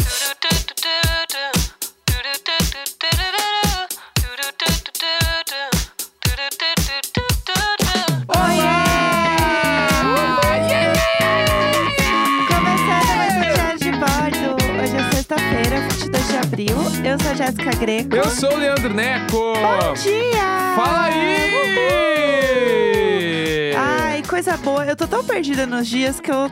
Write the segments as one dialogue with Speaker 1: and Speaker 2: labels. Speaker 1: um é Trio. Eu sou a Jéssica Greco.
Speaker 2: Eu sou o Leandro Neco.
Speaker 1: Bom dia!
Speaker 2: Fala aí!
Speaker 1: Ai, coisa boa. Eu tô tão perdida nos dias que eu.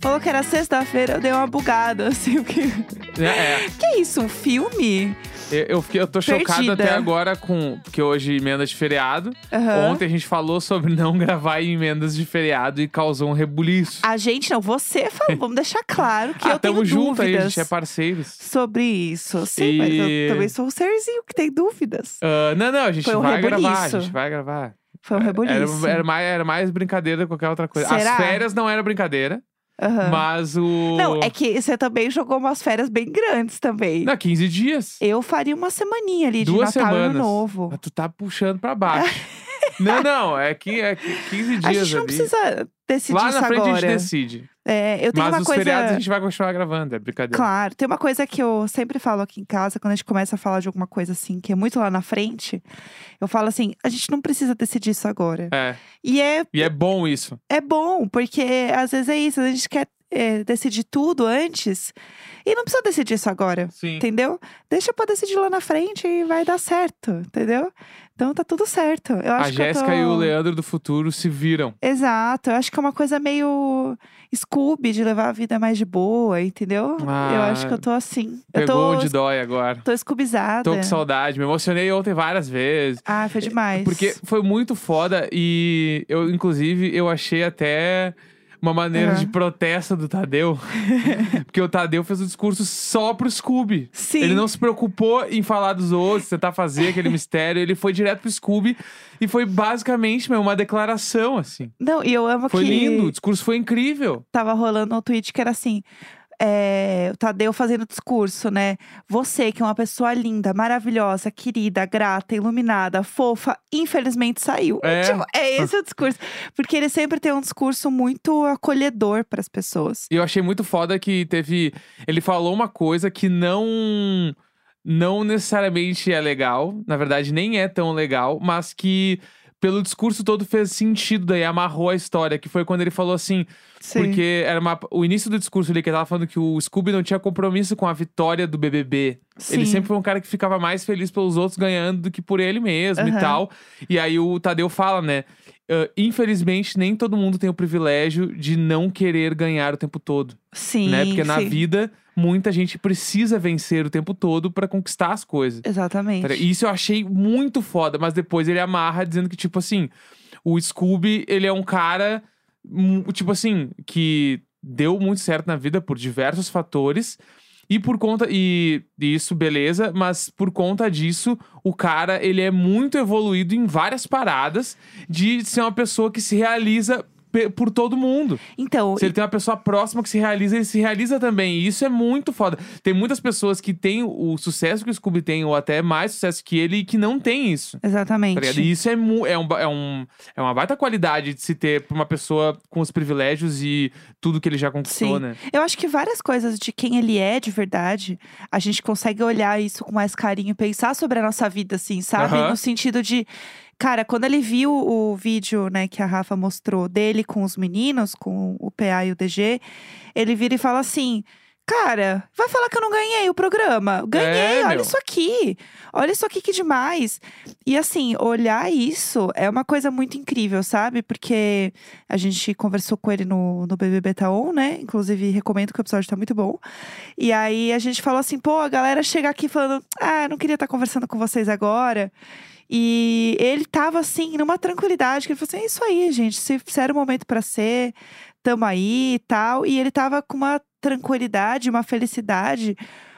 Speaker 1: Falou que era sexta-feira, eu dei uma bugada, assim, porque.
Speaker 2: É, é,
Speaker 1: Que isso, um filme?
Speaker 2: eu, eu fiquei- eu tô chocado
Speaker 1: Perdida.
Speaker 2: até agora com. Porque hoje é emenda de feriado.
Speaker 1: Aham.
Speaker 2: Ontem a gente falou sobre não gravar em emendas de feriado e causou um rebuliço.
Speaker 1: A gente não, você falou, vamos deixar claro Ah, que
Speaker 2: Ah,
Speaker 1: eu
Speaker 2: tamo
Speaker 1: tenho
Speaker 2: junto aí, a
Speaker 1: dúvidas
Speaker 2: gente é parceiros.
Speaker 1: sobre isso. Sim, mas
Speaker 2: E-
Speaker 1: eu também sou um serzinho que tem dúvidas.
Speaker 2: Ah, não, não, a gente
Speaker 1: Foi um
Speaker 2: vai gravar, a
Speaker 1: rebuliço.
Speaker 2: gente vai gravar.
Speaker 1: Foi um rebuliço.
Speaker 2: É, Era, era mais, era mais brincadeira que qualquer outra coisa.
Speaker 1: Será?
Speaker 2: As férias não era brincadeira,
Speaker 1: Aham.
Speaker 2: mas o.
Speaker 1: Não, é que você também jogou umas férias bem grandes também.
Speaker 2: Não, 15 dias.
Speaker 1: Eu faria uma semaninha ali de
Speaker 2: Duas
Speaker 1: Natal e Ano
Speaker 2: semanas.
Speaker 1: Novo.
Speaker 2: Mas tu tá puxando pra baixo. não, não, é que é que 15 dias
Speaker 1: A gente não
Speaker 2: ali.
Speaker 1: precisa decidir
Speaker 2: Lá
Speaker 1: isso
Speaker 2: na frente
Speaker 1: agora.
Speaker 2: a gente decide.
Speaker 1: É, eu tenho
Speaker 2: Mas
Speaker 1: uma
Speaker 2: os
Speaker 1: coisa.
Speaker 2: feriados a gente vai continuar gravando, é brincadeira.
Speaker 1: Claro, tem uma coisa que eu sempre falo aqui em casa, quando a gente começa a falar de alguma coisa assim, que é muito lá na frente, eu falo assim: a gente não precisa decidir isso agora.
Speaker 2: É,
Speaker 1: E é,
Speaker 2: e é bom isso.
Speaker 1: é bom, porque às vezes é isso, a gente quer é, decidir tudo antes e não precisa decidir isso agora.
Speaker 2: Sim.
Speaker 1: Entendeu? Deixa pra decidir lá na frente e vai dar certo, entendeu? Então tá tudo certo. Eu acho
Speaker 2: A
Speaker 1: que
Speaker 2: Jéssica
Speaker 1: eu tô...
Speaker 2: e o Leandro do futuro se viram.
Speaker 1: Exato, eu acho que é uma coisa meio Scooby de levar a vida mais de boa, entendeu?
Speaker 2: Ah,
Speaker 1: eu acho que eu tô assim. Eu
Speaker 2: Pegou
Speaker 1: tô,
Speaker 2: onde dói agora.
Speaker 1: tô scoobizada.
Speaker 2: Tô com saudade, me emocionei ontem várias vezes.
Speaker 1: Ah, foi demais.
Speaker 2: Porque foi muito foda e eu, inclusive, eu achei até uma maneira
Speaker 1: Aham.
Speaker 2: de protesto do Tadeu. porque o Tadeu fez um discurso só pro Scooby.
Speaker 1: Sim.
Speaker 2: Ele não se preocupou em falar dos outros, tentar fazer aquele mistério. Ele foi direto pro Scooby e foi basicamente meu, uma declaração, assim.
Speaker 1: Não, e eu amo
Speaker 2: Foi
Speaker 1: que
Speaker 2: lindo, o discurso foi incrível.
Speaker 1: tava rolando um tweet que era assim. é, o Tadeu fazendo discurso, né? Você, que é uma pessoa linda, maravilhosa, querida, grata, iluminada, fofa, infelizmente saiu.
Speaker 2: É.
Speaker 1: Tipo, é esse o discurso. Porque ele sempre tem um discurso muito acolhedor para as pessoas.
Speaker 2: E eu achei muito foda que teve. Ele falou uma coisa que não. Não necessariamente é legal, na verdade nem é tão legal, mas que pelo discurso todo fez sentido, daí amarrou a história, que foi quando ele falou assim,
Speaker 1: Sim.
Speaker 2: porque era uma- o início do discurso ali que ele tava falando que o Scooby não tinha compromisso com a vitória do BBB, ele
Speaker 1: Sim.
Speaker 2: sempre foi um cara que ficava mais feliz pelos outros ganhando do que por ele mesmo e
Speaker 1: Aham.
Speaker 2: tal. E aí o Tadeu fala, né? "Ah, infelizmente, nem todo mundo tem o privilégio de não querer ganhar o tempo todo,
Speaker 1: Sim,
Speaker 2: né? Porque na
Speaker 1: sim.
Speaker 2: vida, muita gente precisa vencer o tempo todo pra conquistar as coisas.
Speaker 1: Exatamente.
Speaker 2: tá E isso eu achei muito foda, mas depois ele amarra dizendo que, tipo assim, o Scooby, ele é um cara, mu- tipo assim, que deu muito certo na vida por diversos fatores. E por conta. E, e isso, beleza, mas por conta disso, o cara, ele é muito evoluído em várias paradas de ser uma pessoa que se realiza pe- por todo mundo.
Speaker 1: Então,
Speaker 2: Se ele tem uma pessoa próxima que se realiza, ele se realiza também. E isso é muito foda. Tem muitas pessoas que têm o sucesso que o Scooby tem, ou até mais sucesso que ele, e que não tem isso. Tá ligado?
Speaker 1: exatamente.
Speaker 2: E isso é, mu- é, um, ba- é, um, é uma baita qualidade de se ter pra uma pessoa com os privilégios e tudo que ele já conquistou,
Speaker 1: Sim.
Speaker 2: né?
Speaker 1: Eu acho que várias coisas de quem ele é de verdade, a gente consegue olhar isso com mais carinho, pensar sobre a nossa vida, assim, sabe?
Speaker 2: Aham.
Speaker 1: No sentido de. Cara, quando ele viu o vídeo, né, que a Rafa mostrou dele com os meninos, com o PA e o DG, ele vira e fala assim. Cara, vai falar que eu não ganhei o programa. Ganhei,
Speaker 2: É,
Speaker 1: olha
Speaker 2: meu.
Speaker 1: isso aqui. Olha isso aqui que demais. E assim, olhar isso é uma coisa muito incrível, sabe? Porque a gente conversou com ele no, no BBB Taon, né? Inclusive, recomendo que o episódio tá muito bom. E aí a gente falou assim: pô, a galera chega aqui falando, ah, não queria estar conversando com vocês agora. E ele tava assim, numa tranquilidade, que ele falou assim: é isso aí, gente, se, se era o momento pra ser, tamo aí e tal. E ele tava com uma tranquilidade, uma felicidade.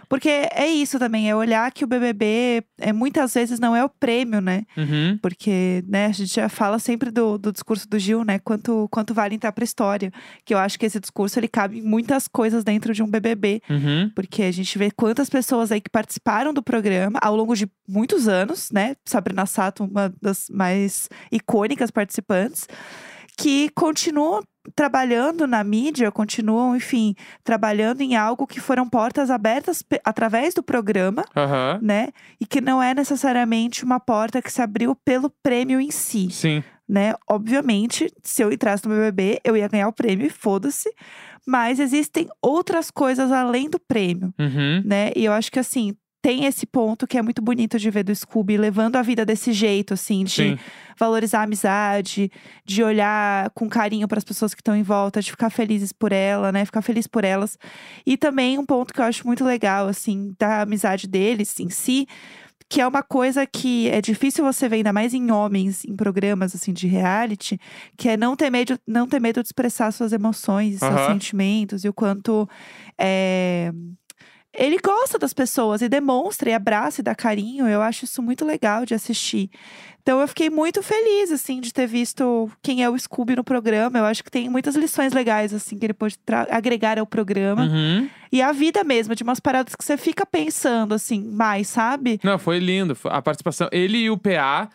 Speaker 1: Porque é isso também, é olhar que o BBB é, muitas vezes não é o prêmio, né?
Speaker 2: Uhum.
Speaker 1: Porque, né, a gente já fala sempre do, do discurso do Gil, né? Quanto, quanto vale entrar pra história. Que eu acho que esse discurso, ele cabe em muitas coisas dentro de um BBB.
Speaker 2: Uhum.
Speaker 1: Porque a gente vê quantas pessoas aí que participaram do programa ao longo de muitos anos, né? Sabrina Sato, uma das mais icônicas participantes. Que continuam trabalhando na mídia, continuam, enfim, trabalhando em algo que foram portas abertas pe- através do programa
Speaker 2: Aham.
Speaker 1: né? E que não é necessariamente uma porta que se abriu pelo prêmio em si,
Speaker 2: Sim.
Speaker 1: né? Obviamente, se eu entrasse no BBB, eu ia ganhar o prêmio e foda-se. Mas existem outras coisas além do prêmio,
Speaker 2: Uhum.
Speaker 1: né? E eu acho que assim, tem esse ponto que é muito bonito de ver do Scooby levando a vida desse jeito, assim, de
Speaker 2: Sim.
Speaker 1: valorizar a amizade, de olhar com carinho para as pessoas que estão em volta, de ficar felizes por ela, né? Ficar feliz por elas. E também um ponto que eu acho muito legal, assim, da amizade deles em si, que é uma coisa que é difícil você ver ainda mais em homens, em programas assim de reality, que é não ter medo, não ter medo de expressar suas emoções, seus
Speaker 2: Aham.
Speaker 1: sentimentos e o quanto é, ele gosta das pessoas e demonstra e abraça e dá carinho. Eu acho isso muito legal de assistir. Então eu fiquei muito feliz assim de ter visto quem é o Scooby no programa. Eu acho que tem muitas lições legais assim que ele pode tra- agregar ao programa
Speaker 2: Uhum.
Speaker 1: e à vida mesmo, de umas paradas que você fica pensando assim mais, sabe?
Speaker 2: Não, foi lindo. Foi- A participação. Ele e o PA.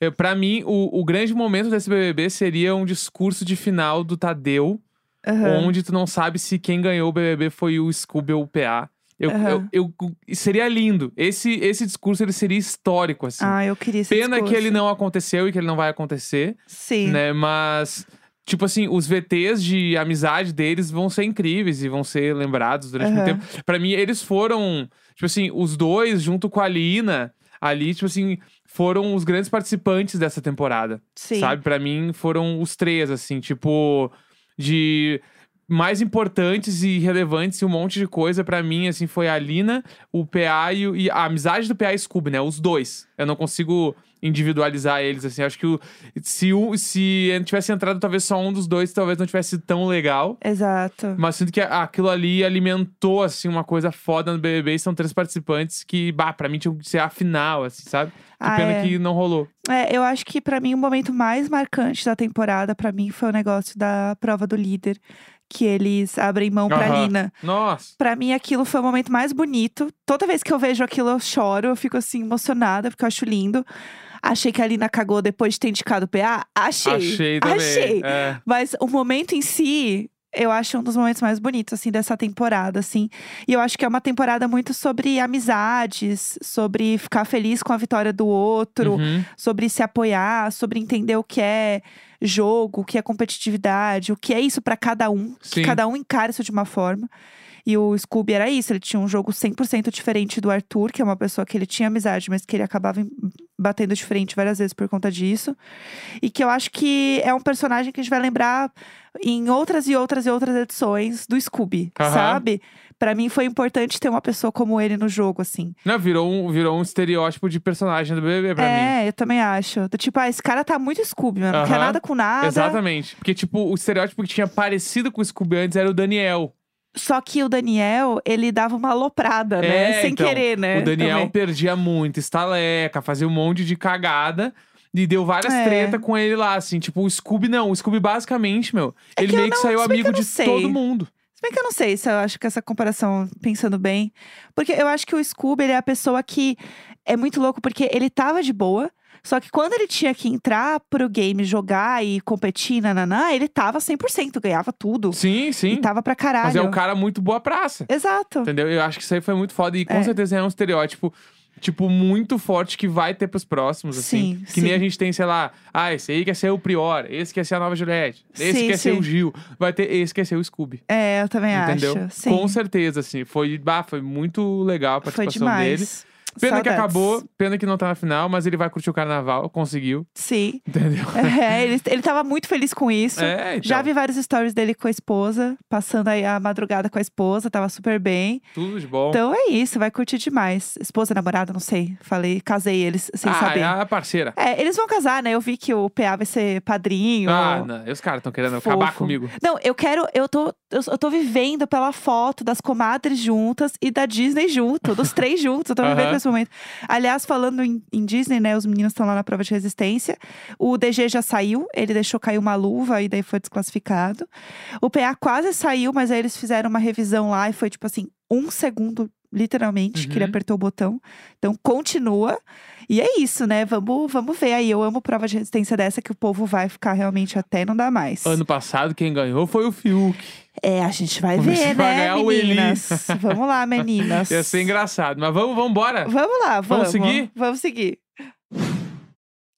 Speaker 2: eh, Pra mim, o, o grande momento desse BBB seria um discurso de final do Tadeu,
Speaker 1: Aham.
Speaker 2: onde tu não sabe se quem ganhou o BBB foi o Scooby ou o PA. Eu,
Speaker 1: Aham.
Speaker 2: eu- eu- seria lindo. Esse, esse discurso ele seria histórico, assim.
Speaker 1: Ah, eu queria esse
Speaker 2: Pena que
Speaker 1: discurso.
Speaker 2: ele não aconteceu e que ele não vai acontecer,
Speaker 1: Sim.
Speaker 2: né? Mas, tipo assim, os VTs de amizade deles vão ser incríveis e vão ser lembrados durante muito
Speaker 1: Aham.
Speaker 2: tempo. Pra mim, eles foram, tipo assim, os dois junto com a Lina ali, tipo assim, foram os grandes participantes dessa temporada.
Speaker 1: Sim.
Speaker 2: Sabe? Pra mim foram os três, assim, tipo, de mais importantes e relevantes e um monte de coisa pra mim, assim, foi a Lina, o PA e, o- e a amizade do PA e Scooby, né? Os dois. Eu não consigo individualizar eles, assim. Acho que o- se, um, se tivesse entrado talvez só um dos dois, talvez não tivesse sido tão legal.
Speaker 1: Exato.
Speaker 2: Mas sinto que a- aquilo ali alimentou, assim, uma coisa foda no BBB. E são três participantes que, bah, pra mim tinha que ser a final, assim, sabe? Que
Speaker 1: Ah,
Speaker 2: pena
Speaker 1: é.
Speaker 2: que não rolou.
Speaker 1: É, eu acho que pra mim o momento mais marcante da temporada pra mim foi o negócio da prova do líder, que eles abrem mão pra
Speaker 2: Aham.
Speaker 1: Lina.
Speaker 2: Nossa!
Speaker 1: Pra mim aquilo foi o momento mais bonito. Toda vez que eu vejo aquilo eu choro, eu fico assim emocionada porque eu acho lindo. Achei que a Lina cagou depois de ter indicado o PA? Achei.
Speaker 2: Achei também.
Speaker 1: Achei.
Speaker 2: É.
Speaker 1: Mas o momento em si, eu acho um dos momentos mais bonitos, assim, dessa temporada, assim. E eu acho que é uma temporada muito sobre amizades, sobre ficar feliz com a vitória do outro,
Speaker 2: Uhum.
Speaker 1: sobre se apoiar, sobre entender o que é jogo, o que é competitividade, o que é isso pra cada um.
Speaker 2: Sim.
Speaker 1: Que cada um encara isso de uma forma. E o Scooby era isso, ele tinha um jogo 100% diferente do Arthur, que é uma pessoa que ele tinha amizade, mas que ele acabava em- batendo de frente várias vezes por conta disso. E que eu acho que é um personagem que a gente vai lembrar em outras e outras e outras edições do Scooby,
Speaker 2: Aham.
Speaker 1: sabe? Pra mim foi importante ter uma pessoa como ele no jogo, assim.
Speaker 2: Não, virou um, virou um estereótipo de personagem do BBB pra mim.
Speaker 1: é, eu também acho. Do Tipo, ah, esse cara tá muito Scooby, mano. Não quer
Speaker 2: Aham.
Speaker 1: nada com nada.
Speaker 2: Exatamente. Porque, tipo, o estereótipo que tinha parecido com o Scooby antes era o Daniel.
Speaker 1: Só que o Daniel, ele dava uma aloprada,
Speaker 2: É,
Speaker 1: né? Sem
Speaker 2: então,
Speaker 1: querer, né?
Speaker 2: o Daniel
Speaker 1: Também.
Speaker 2: perdia muito, estaleca, fazia um monte de cagada. E deu várias
Speaker 1: É.
Speaker 2: treta com ele lá, assim. Tipo, o Scooby não. O Scooby, basicamente, meu,
Speaker 1: É
Speaker 2: ele
Speaker 1: que eu
Speaker 2: meio que
Speaker 1: não-
Speaker 2: saiu
Speaker 1: se bem que eu
Speaker 2: amigo
Speaker 1: não
Speaker 2: de
Speaker 1: sei.
Speaker 2: todo mundo.
Speaker 1: Se bem que eu não sei se eu acho que essa comparação, pensando bem. Porque eu acho que o Scooby, ele é a pessoa que é muito louco, porque ele tava de boa. Só que quando ele tinha que entrar pro game jogar e competir, nananá, ele tava 100%, ganhava tudo.
Speaker 2: Sim,
Speaker 1: E
Speaker 2: sim.
Speaker 1: tava pra caralho.
Speaker 2: Mas é um cara muito boa praça.
Speaker 1: Exato.
Speaker 2: Entendeu? Eu acho que isso aí foi muito foda. E com
Speaker 1: É.
Speaker 2: certeza é um estereótipo, tipo, muito forte que vai ter pros próximos, assim.
Speaker 1: Sim,
Speaker 2: que nem
Speaker 1: sim.
Speaker 2: a gente tem, sei lá, ah, esse aí quer ser o Prior, esse quer ser a nova Juliette, esse
Speaker 1: Sim,
Speaker 2: quer ser o
Speaker 1: sim.
Speaker 2: Gil, vai ter esse quer ser o Scooby.
Speaker 1: É, eu também
Speaker 2: entendeu?
Speaker 1: acho. Sim.
Speaker 2: Com certeza, assim. Foi, bah, foi muito legal a
Speaker 1: Foi
Speaker 2: participação
Speaker 1: demais.
Speaker 2: dele. Pena que
Speaker 1: Saudades.
Speaker 2: acabou, pena que não tá na final, mas ele vai curtir o carnaval, conseguiu,
Speaker 1: Sim.
Speaker 2: entendeu?
Speaker 1: É, ele, ele tava muito feliz com isso.
Speaker 2: É, então,
Speaker 1: Já vi vários stories dele com a esposa, passando aí a madrugada com a esposa, tava super bem.
Speaker 2: tudo de bom.
Speaker 1: Então é isso, vai curtir demais. Esposa, namorada, não sei. Falei, casei eles sem
Speaker 2: ah,
Speaker 1: saber.
Speaker 2: é a parceira.
Speaker 1: É, eles vão casar, né? Eu vi que o PA vai ser padrinho.
Speaker 2: Ah, não, os caras estão querendo acabar
Speaker 1: Fofo.
Speaker 2: comigo.
Speaker 1: Não, eu quero. Eu tô, eu, eu tô vivendo pela foto das comadres juntas e da Disney junto, dos três juntos. Eu tô vivendo
Speaker 2: Aham.
Speaker 1: nesse momento. Aliás, falando em, em Disney, né? Os meninos estão lá na prova de resistência. O DG já saiu, ele deixou cair uma luva e daí foi desclassificado. O PA quase saiu, mas aí eles fizeram uma revisão lá e foi tipo assim, um segundo. Literalmente, que ele
Speaker 2: Uhum.
Speaker 1: apertou o botão. Então, continua. E é isso, né? Vamos, vamos ver aí. Eu amo prova de resistência dessa que o povo vai ficar realmente até não dar mais.
Speaker 2: Ano passado, quem ganhou foi o Fiuk.
Speaker 1: É, a gente vai
Speaker 2: Vamos ver se
Speaker 1: ver,
Speaker 2: vai
Speaker 1: né,
Speaker 2: ganhar o Eli.
Speaker 1: meninas? Vamos lá, meninas.
Speaker 2: Ia ser engraçado. Mas vamos, vamos embora.
Speaker 1: Vamos lá, vamos.
Speaker 2: Vamos seguir?
Speaker 1: Vamos seguir.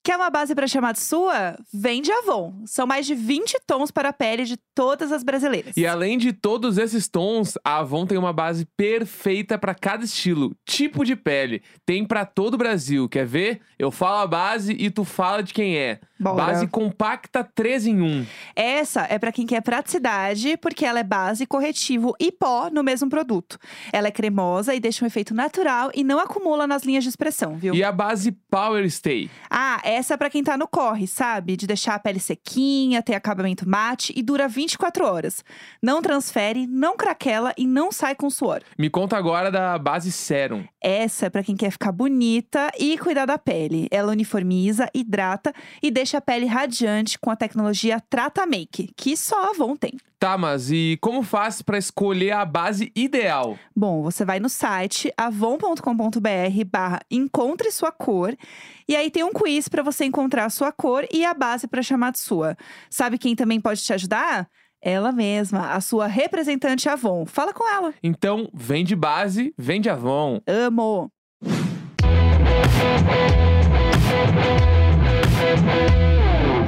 Speaker 1: Quer uma base para chamar de sua? Vende Avon. São mais de 20 tons para a pele de todas as brasileiras.
Speaker 2: E além de todos esses tons, a Avon tem uma base perfeita para cada estilo, tipo de pele. Tem para todo o Brasil. Quer ver? Eu falo a base e tu fala de quem é.
Speaker 1: Bora.
Speaker 2: Base compacta 3 em 1.
Speaker 1: Essa é para quem quer praticidade, porque ela é base, corretivo e pó no mesmo produto. Ela é cremosa e deixa um efeito natural e não acumula nas linhas de expressão, viu?
Speaker 2: E a base Power Stay.
Speaker 1: Ah, essa é pra quem tá no corre, sabe? De deixar a pele sequinha, ter acabamento mate e dura 24 horas. Não transfere, não craquela e não sai com suor.
Speaker 2: Me conta agora da base Serum.
Speaker 1: Essa é pra quem quer ficar bonita e cuidar da pele. Ela uniformiza, hidrata e deixa a pele radiante com a tecnologia Trata Make, que só a Avon tem.
Speaker 2: Tá, mas e como faz pra escolher a base ideal?
Speaker 1: Bom, você vai no site avon.com.br barra encontre sua cor e aí tem um quiz para você encontrar a sua cor e a base para chamar de sua. Sabe quem também pode te ajudar? Ela mesma, a sua representante Avon. Fala com ela.
Speaker 2: Então, vem de base, vem de Avon.
Speaker 1: Amo.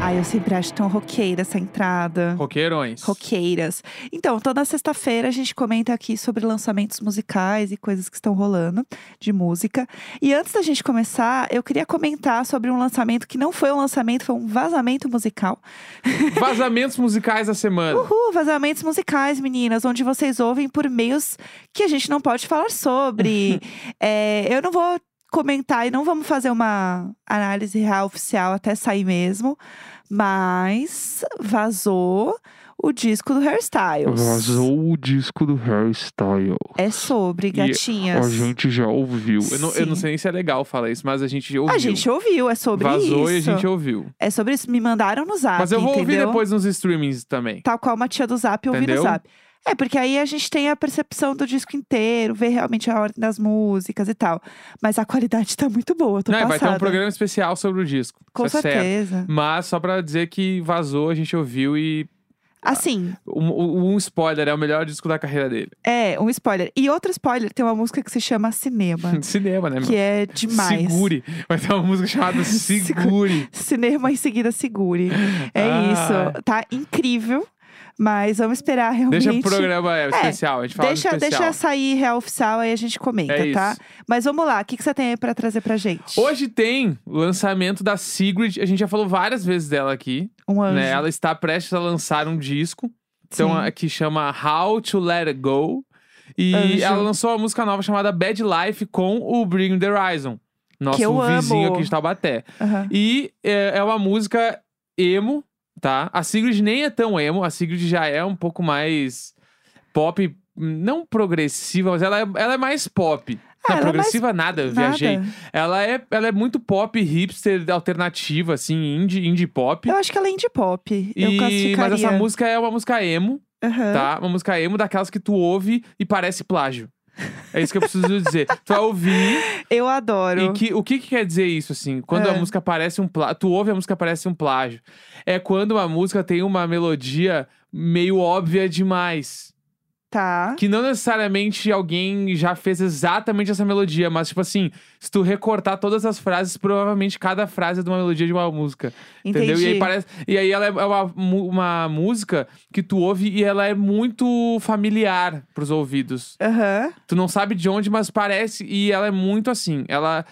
Speaker 1: Ai, eu sempre acho tão roqueira essa entrada.
Speaker 2: Roqueirões.
Speaker 1: Roqueiras. Então, toda sexta-feira a gente comenta aqui sobre lançamentos musicais e coisas que estão rolando de música. E antes da gente começar, eu queria comentar sobre um lançamento que não foi um lançamento, foi um vazamento musical.
Speaker 2: Vazamentos musicais da semana.
Speaker 1: Uhul, vazamentos musicais, meninas, onde vocês ouvem por meios que a gente não pode falar sobre. É, eu não vou comentar e não vamos fazer uma análise real oficial até sair mesmo, mas vazou o disco do Hairstyles.
Speaker 3: Vazou o disco do hairstyle.
Speaker 1: É sobre gatinhas.
Speaker 3: A gente já ouviu.
Speaker 2: Eu não, eu não
Speaker 1: Sim.
Speaker 2: sei nem se é legal falar isso, mas a gente ouviu.
Speaker 1: A gente ouviu, é sobre
Speaker 2: Vazou
Speaker 1: isso.
Speaker 2: e a gente ouviu.
Speaker 1: É sobre isso. Me mandaram no zap.
Speaker 2: mas eu vou
Speaker 1: entendeu?
Speaker 2: ouvir depois nos streamings também.
Speaker 1: Tal qual uma tia do zap ouvindo o
Speaker 2: Entendeu?
Speaker 1: zap. É, porque aí a gente tem a percepção do disco inteiro, ver realmente a ordem das músicas e tal. Mas a qualidade tá muito boa, eu tô
Speaker 2: Não, e vai ter um
Speaker 1: passada.
Speaker 2: programa especial sobre o disco.
Speaker 1: Com
Speaker 2: isso é certo.
Speaker 1: certeza.
Speaker 2: Mas só pra dizer que vazou, a gente ouviu e.
Speaker 1: Assim,
Speaker 2: Um, um spoiler, é o melhor disco da carreira dele.
Speaker 1: é, um spoiler. E outro spoiler, tem uma música que se chama Cinema,
Speaker 2: De cinema, né, meu?
Speaker 1: que é demais.
Speaker 2: Segure. Vai ter uma música chamada Segure.
Speaker 1: Cinema em seguida segure. É
Speaker 2: Ah.
Speaker 1: isso. Tá incrível, mas vamos esperar realmente.
Speaker 2: Deixa o programa é, especial, a gente fala do
Speaker 1: Deixa,
Speaker 2: especial.
Speaker 1: deixa sair real oficial, aí a gente comenta,
Speaker 2: É isso.
Speaker 1: tá? Mas vamos lá, o que, que você tem aí pra trazer pra gente?
Speaker 2: Hoje tem o lançamento da Sigrid. A gente já falou várias vezes dela aqui.
Speaker 1: um anjo.
Speaker 2: né? Ela está prestes a lançar um disco então,
Speaker 1: Sim.
Speaker 2: a- que chama How to Let It Go. E
Speaker 1: Anjo.
Speaker 2: ela lançou uma música nova chamada Bad Life com o Bring the Horizon. Nosso
Speaker 1: Que eu
Speaker 2: vizinho
Speaker 1: amo.
Speaker 2: aqui de Taubaté.
Speaker 1: Aham.
Speaker 2: E é, é uma música emo, tá? A Sigrid nem é tão emo, a Sigrid já é um pouco mais pop, não progressiva, mas ela é, ela é mais pop.
Speaker 1: Ah,
Speaker 2: não,
Speaker 1: ela é mais-
Speaker 2: progressiva nada, eu viajei.
Speaker 1: Nada.
Speaker 2: Ela é, ela é muito pop, hipster, alternativa, assim, indie, indie pop.
Speaker 1: Eu acho que ela é indie pop. eu
Speaker 2: E-
Speaker 1: classificaria.
Speaker 2: mas essa música é uma música emo,
Speaker 1: Aham.
Speaker 2: tá? Uma música emo daquelas que tu ouve e parece plágio. É isso que eu preciso dizer. Tu vai ouvir
Speaker 1: Eu adoro.
Speaker 2: e que, o que, que quer dizer isso, assim? Quando a
Speaker 1: É.
Speaker 2: música parece um plágio, tu ouve a música parece um plágio. É quando uma música tem uma melodia meio óbvia demais.
Speaker 1: Tá.
Speaker 2: Que não necessariamente alguém já fez exatamente essa melodia, mas tipo assim, se tu recortar todas as frases, provavelmente cada frase é de uma melodia de uma música.
Speaker 1: Entendi.
Speaker 2: Entendeu? E aí parece. E aí ela é uma, mu- uma música que tu ouve e ela é muito familiar pros ouvidos.
Speaker 1: Aham.
Speaker 2: Tu não sabe de onde, mas parece. E ela é muito assim. Ela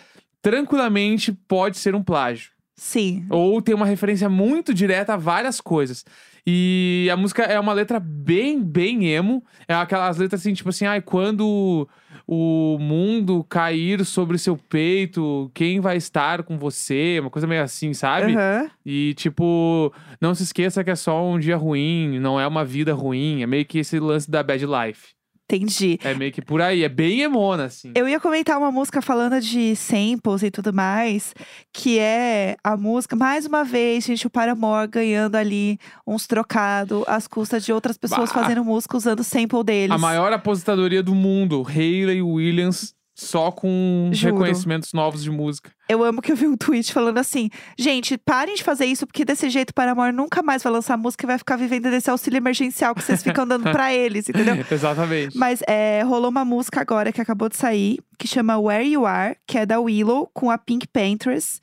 Speaker 2: tranquilamente pode ser um plágio.
Speaker 1: Sim.
Speaker 2: Ou tem uma referência muito direta a várias coisas. E a música é uma letra bem, bem emo. É aquelas letras assim, tipo assim, ai, quando o mundo cair sobre seu peito, quem vai estar com você? Uma coisa meio assim, sabe?
Speaker 1: Aham.
Speaker 2: E, tipo, não se esqueça que é só um dia ruim, não é uma vida ruim. É meio que esse lance da bad life.
Speaker 1: Entendi.
Speaker 2: É meio que por aí. É bem emona, assim.
Speaker 1: Eu ia comentar uma música falando de samples e tudo mais, que é a música, mais uma vez, gente, o Paramore ganhando ali uns trocados às custas de outras pessoas
Speaker 2: Bah.
Speaker 1: fazendo música usando sample deles.
Speaker 2: A maior aposentadoria do mundo, Hayley Williams, só com
Speaker 1: Juro.
Speaker 2: reconhecimentos novos de música.
Speaker 1: Eu amo que eu vi um tweet falando assim: gente, parem de fazer isso, porque desse jeito o Paramore nunca mais vai lançar música e vai ficar vivendo desse auxílio emergencial que vocês ficam dando pra eles, entendeu?
Speaker 2: Exatamente.
Speaker 1: Mas é, rolou uma música agora que acabou de sair, que chama Where You Are, que é da Willow, com a Pink Panthers.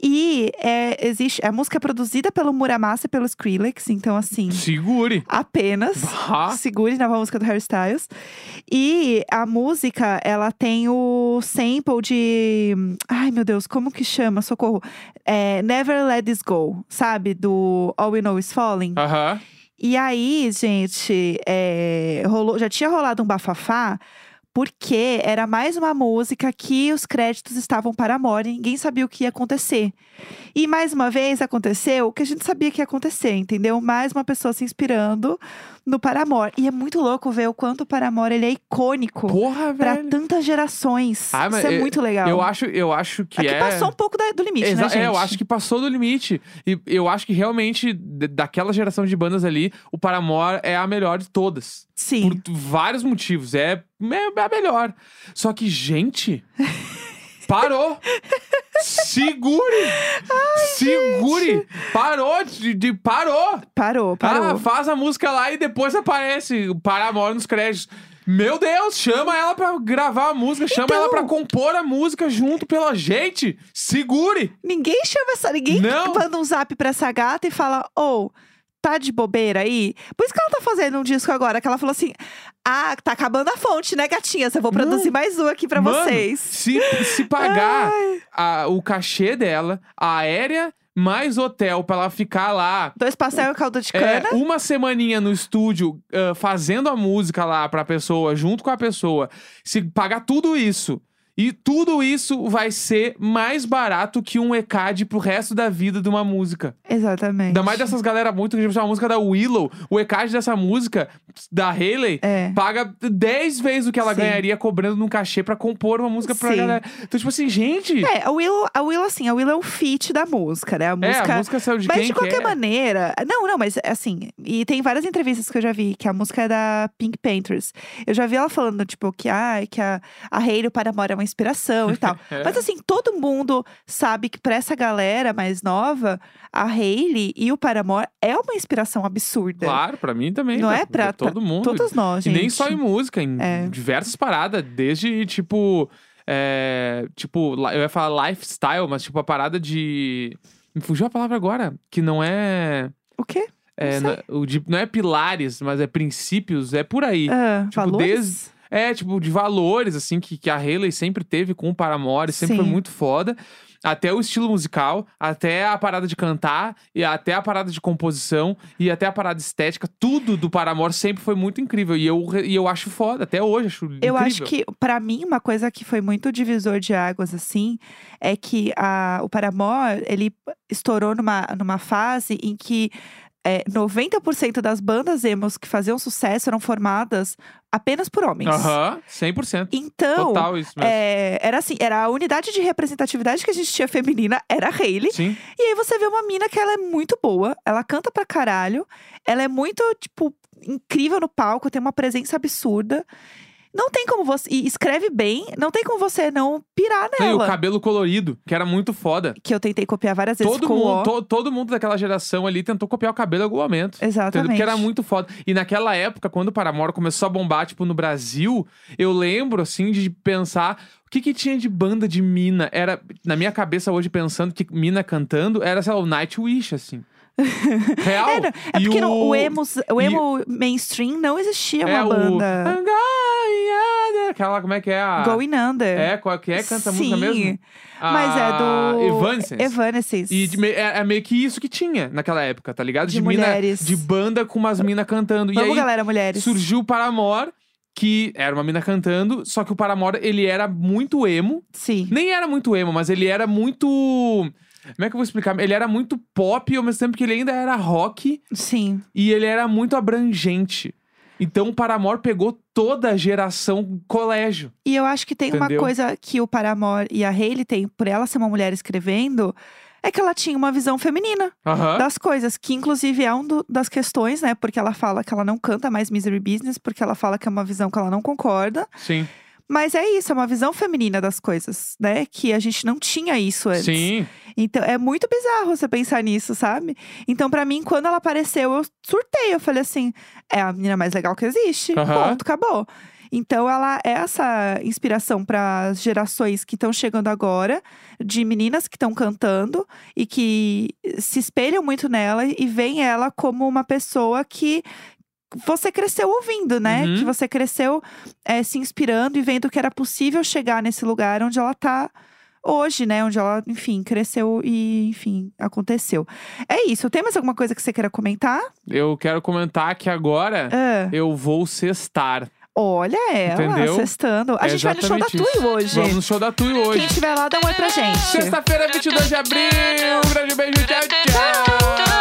Speaker 1: E é, existe. A música é produzida pelo Muramasa e pelo Skrillex, então assim.
Speaker 2: Segure.
Speaker 1: Apenas.
Speaker 2: Bah.
Speaker 1: Segure, nova música do Harry Styles. E a música, ela tem o sample de. Ai, meu Deus, como que chama? Socorro. É, Never Let This Go, sabe? Do All We Know Is Falling.
Speaker 2: Aham.
Speaker 1: E aí, gente, é, rolou, já tinha rolado um bafafá, porque era mais uma música que os créditos estavam para a morte, ninguém sabia o que ia acontecer. E mais uma vez aconteceu o que a gente sabia que ia acontecer, entendeu? Mais uma pessoa se inspirando no Paramore. E é muito louco ver o quanto o Paramore ele é icônico
Speaker 2: Porra,
Speaker 1: para
Speaker 2: velho.
Speaker 1: tantas gerações.
Speaker 2: Ah, mas
Speaker 1: Isso é
Speaker 2: eu-
Speaker 1: muito legal.
Speaker 2: Eu acho, eu acho que
Speaker 1: é que
Speaker 2: é.
Speaker 1: passou um pouco da- do limite,
Speaker 2: Exa-
Speaker 1: né, gente?
Speaker 2: É, eu acho que passou do limite. E eu acho que realmente, d- daquela geração de bandas ali, o Paramore é a melhor de todas.
Speaker 1: Sim.
Speaker 2: Por t- vários motivos. É, é a melhor. Só que, gente. Parou! Segure! Segure! Parou! De, de- parou!
Speaker 1: Parou,
Speaker 2: Ah,
Speaker 1: parou.
Speaker 2: faz a música lá e depois aparece o Paramore nos créditos. Meu Deus, chama ela pra gravar a música, chama
Speaker 1: Então.
Speaker 2: ela pra compor a música junto pela gente. Segure!
Speaker 1: Ninguém chama essa. Ninguém
Speaker 2: Não.
Speaker 1: manda um zap pra essa gata e fala, ô. Tá de bobeira aí? Por isso que ela tá fazendo um disco agora, que ela falou assim: Ah, tá acabando a fonte, né, gatinhas? Eu vou produzir mais um aqui pra
Speaker 2: Mano,
Speaker 1: vocês.
Speaker 2: Se, se pagar a- o cachê dela, a aérea mais hotel pra ela ficar lá.
Speaker 1: Dois pastel e um caldo de
Speaker 2: é,
Speaker 1: cana.
Speaker 2: uma semaninha no estúdio ah, fazendo a música lá pra pessoa, junto com a pessoa. Se pagar tudo isso. E tudo isso vai ser mais barato que um ECAD pro resto da vida de uma música.
Speaker 1: Exatamente.
Speaker 2: Ainda mais dessas galera muito que tipo, uma música da Willow. O ECAD dessa música, da Haley,
Speaker 1: É.
Speaker 2: paga 10 vezes o que ela
Speaker 1: Sim.
Speaker 2: ganharia cobrando num cachê pra compor uma música pra
Speaker 1: Sim.
Speaker 2: galera. Então, tipo assim, gente.
Speaker 1: É, a Willow, a Willow, assim, a Willow é o feat da música, né? A
Speaker 2: É,
Speaker 1: música.
Speaker 2: a música saiu de
Speaker 1: mas
Speaker 2: quem
Speaker 1: de qualquer
Speaker 2: quer.
Speaker 1: maneira. Não, não, mas assim. E tem várias entrevistas que eu já vi que a música é da Pink Panthers. Eu já vi ela falando, tipo, que, ai, que a, a Hayley Paramore é uma inspiração e tal.
Speaker 2: É.
Speaker 1: Mas assim, todo mundo sabe que pra essa galera mais nova, a Hayley e o Paramore é uma inspiração absurda.
Speaker 2: Claro, pra mim também.
Speaker 1: Não
Speaker 2: pra,
Speaker 1: é pra-
Speaker 2: todo mundo.
Speaker 1: Todos nós,
Speaker 2: E
Speaker 1: gente.
Speaker 2: nem só em música, em
Speaker 1: É.
Speaker 2: diversas paradas, desde tipo. é, tipo, li- eu ia falar lifestyle, mas tipo a parada de. Me fugiu a palavra agora, que não é.
Speaker 1: O quê?
Speaker 2: é,
Speaker 1: Não
Speaker 2: não, o de- não é pilares, mas é princípios, é por aí.
Speaker 1: Ah,
Speaker 2: tipo,
Speaker 1: valores?
Speaker 2: desde- É, tipo, de valores, assim, que, que a Haley sempre teve com o Paramore, sempre foi
Speaker 1: Sim.
Speaker 2: muito foda. Até o estilo musical, até a parada de cantar, e até a parada de composição, e até a parada estética, tudo do Paramore sempre foi muito incrível. E eu, re- e eu acho foda, até hoje acho
Speaker 1: Eu
Speaker 2: incrível.
Speaker 1: acho que, pra mim, uma coisa que foi muito divisor de águas, assim, é que a- o Paramore, ele estourou numa, numa fase em que é, 90% das bandas emos que faziam sucesso eram formadas apenas por homens.
Speaker 2: Aham, 100%.
Speaker 1: Então,
Speaker 2: Total isso mesmo.
Speaker 1: é, era assim, era a unidade de representatividade que a gente tinha feminina, era a Hayley.
Speaker 2: Sim.
Speaker 1: E aí você vê uma mina que ela é muito boa, ela canta pra caralho, ela é muito, tipo, incrível no palco, tem uma presença absurda. Não tem como você. E escreve bem, não tem como você não pirar
Speaker 2: E o
Speaker 1: nela.
Speaker 2: cabelo colorido, que era muito foda.
Speaker 1: Que eu tentei copiar várias vezes
Speaker 2: Todo
Speaker 1: com o
Speaker 2: mundo,
Speaker 1: ó.
Speaker 2: to- todo mundo daquela geração ali tentou copiar o cabelo em algum momento. Entendeu?
Speaker 1: Exatamente.
Speaker 2: Porque era muito foda. E naquela época, quando o Paramore começou a bombar, tipo, no Brasil, eu lembro, assim, de pensar o que que tinha de banda de mina. Era, na minha cabeça hoje, pensando que mina cantando, era, sei lá, o Nightwish, assim. Real.
Speaker 1: É, não, é
Speaker 2: E
Speaker 1: porque não- o,
Speaker 2: o
Speaker 1: emo, o
Speaker 2: e-
Speaker 1: emo mainstream não existia
Speaker 2: é
Speaker 1: uma banda.
Speaker 2: O... I'm going under. Aquela, como é que é a...
Speaker 1: Going Under.
Speaker 2: É, qual que é? Canta a música
Speaker 1: Sim,
Speaker 2: mesmo?
Speaker 1: Mas é
Speaker 2: A
Speaker 1: do.
Speaker 2: Evanescence.
Speaker 1: Evanescence.
Speaker 2: E de me- é, é meio que isso que tinha naquela época, tá ligado?
Speaker 1: De
Speaker 2: mina-
Speaker 1: mulheres.
Speaker 2: de banda com umas minas cantando. e
Speaker 1: Vamos,
Speaker 2: aí,
Speaker 1: galera, mulheres.
Speaker 2: surgiu o Paramore, que era uma mina cantando, só que o Paramore, ele era muito emo.
Speaker 1: Sim.
Speaker 2: Nem era muito emo, mas ele era muito... Como é que eu vou explicar? Ele era muito pop, ao mesmo tempo que ele ainda era rock,
Speaker 1: Sim.
Speaker 2: e ele era muito abrangente. Então o Paramore pegou toda a geração colégio.
Speaker 1: E eu acho que tem
Speaker 2: Entendeu?
Speaker 1: uma coisa que o Paramore e a Hayley têm, por ela ser uma mulher escrevendo, é que ela tinha uma visão feminina
Speaker 2: Aham.
Speaker 1: das coisas, que inclusive é uma das questões, né? Porque ela fala que ela não canta mais Misery Business, porque ela fala que é uma visão que ela não concorda.
Speaker 2: Sim.
Speaker 1: Mas é isso, é uma visão feminina das coisas, né? Que a gente não tinha isso antes.
Speaker 2: Sim.
Speaker 1: Então é muito bizarro você pensar nisso, sabe? Então pra mim, quando ela apareceu, eu surtei. Eu falei assim: é a menina mais legal que existe.
Speaker 2: Aham.
Speaker 1: Ponto, acabou. Então ela é essa inspiração para as gerações que estão chegando agora, de meninas que estão cantando e que se espelham muito nela e veem ela como uma pessoa que você cresceu ouvindo, né?
Speaker 2: Uhum.
Speaker 1: Que você cresceu eh, se inspirando e vendo que era possível chegar nesse lugar onde ela tá hoje, né? Onde ela, enfim, cresceu e, enfim, aconteceu. É isso. Tem mais alguma coisa que você queira comentar?
Speaker 2: Eu quero comentar que agora
Speaker 1: Ah,
Speaker 2: eu vou cestar.
Speaker 1: olha ela,
Speaker 2: Entendeu?
Speaker 1: cestando. A
Speaker 2: É
Speaker 1: gente vai no show da
Speaker 2: exatamente
Speaker 1: Tui hoje.
Speaker 2: Vamos no show da Tui
Speaker 1: Quem
Speaker 2: hoje.
Speaker 1: estiver lá, dá um oi pra gente.
Speaker 2: Sexta-feira, 22 de abril. Um grande beijo. Tchau, tchau.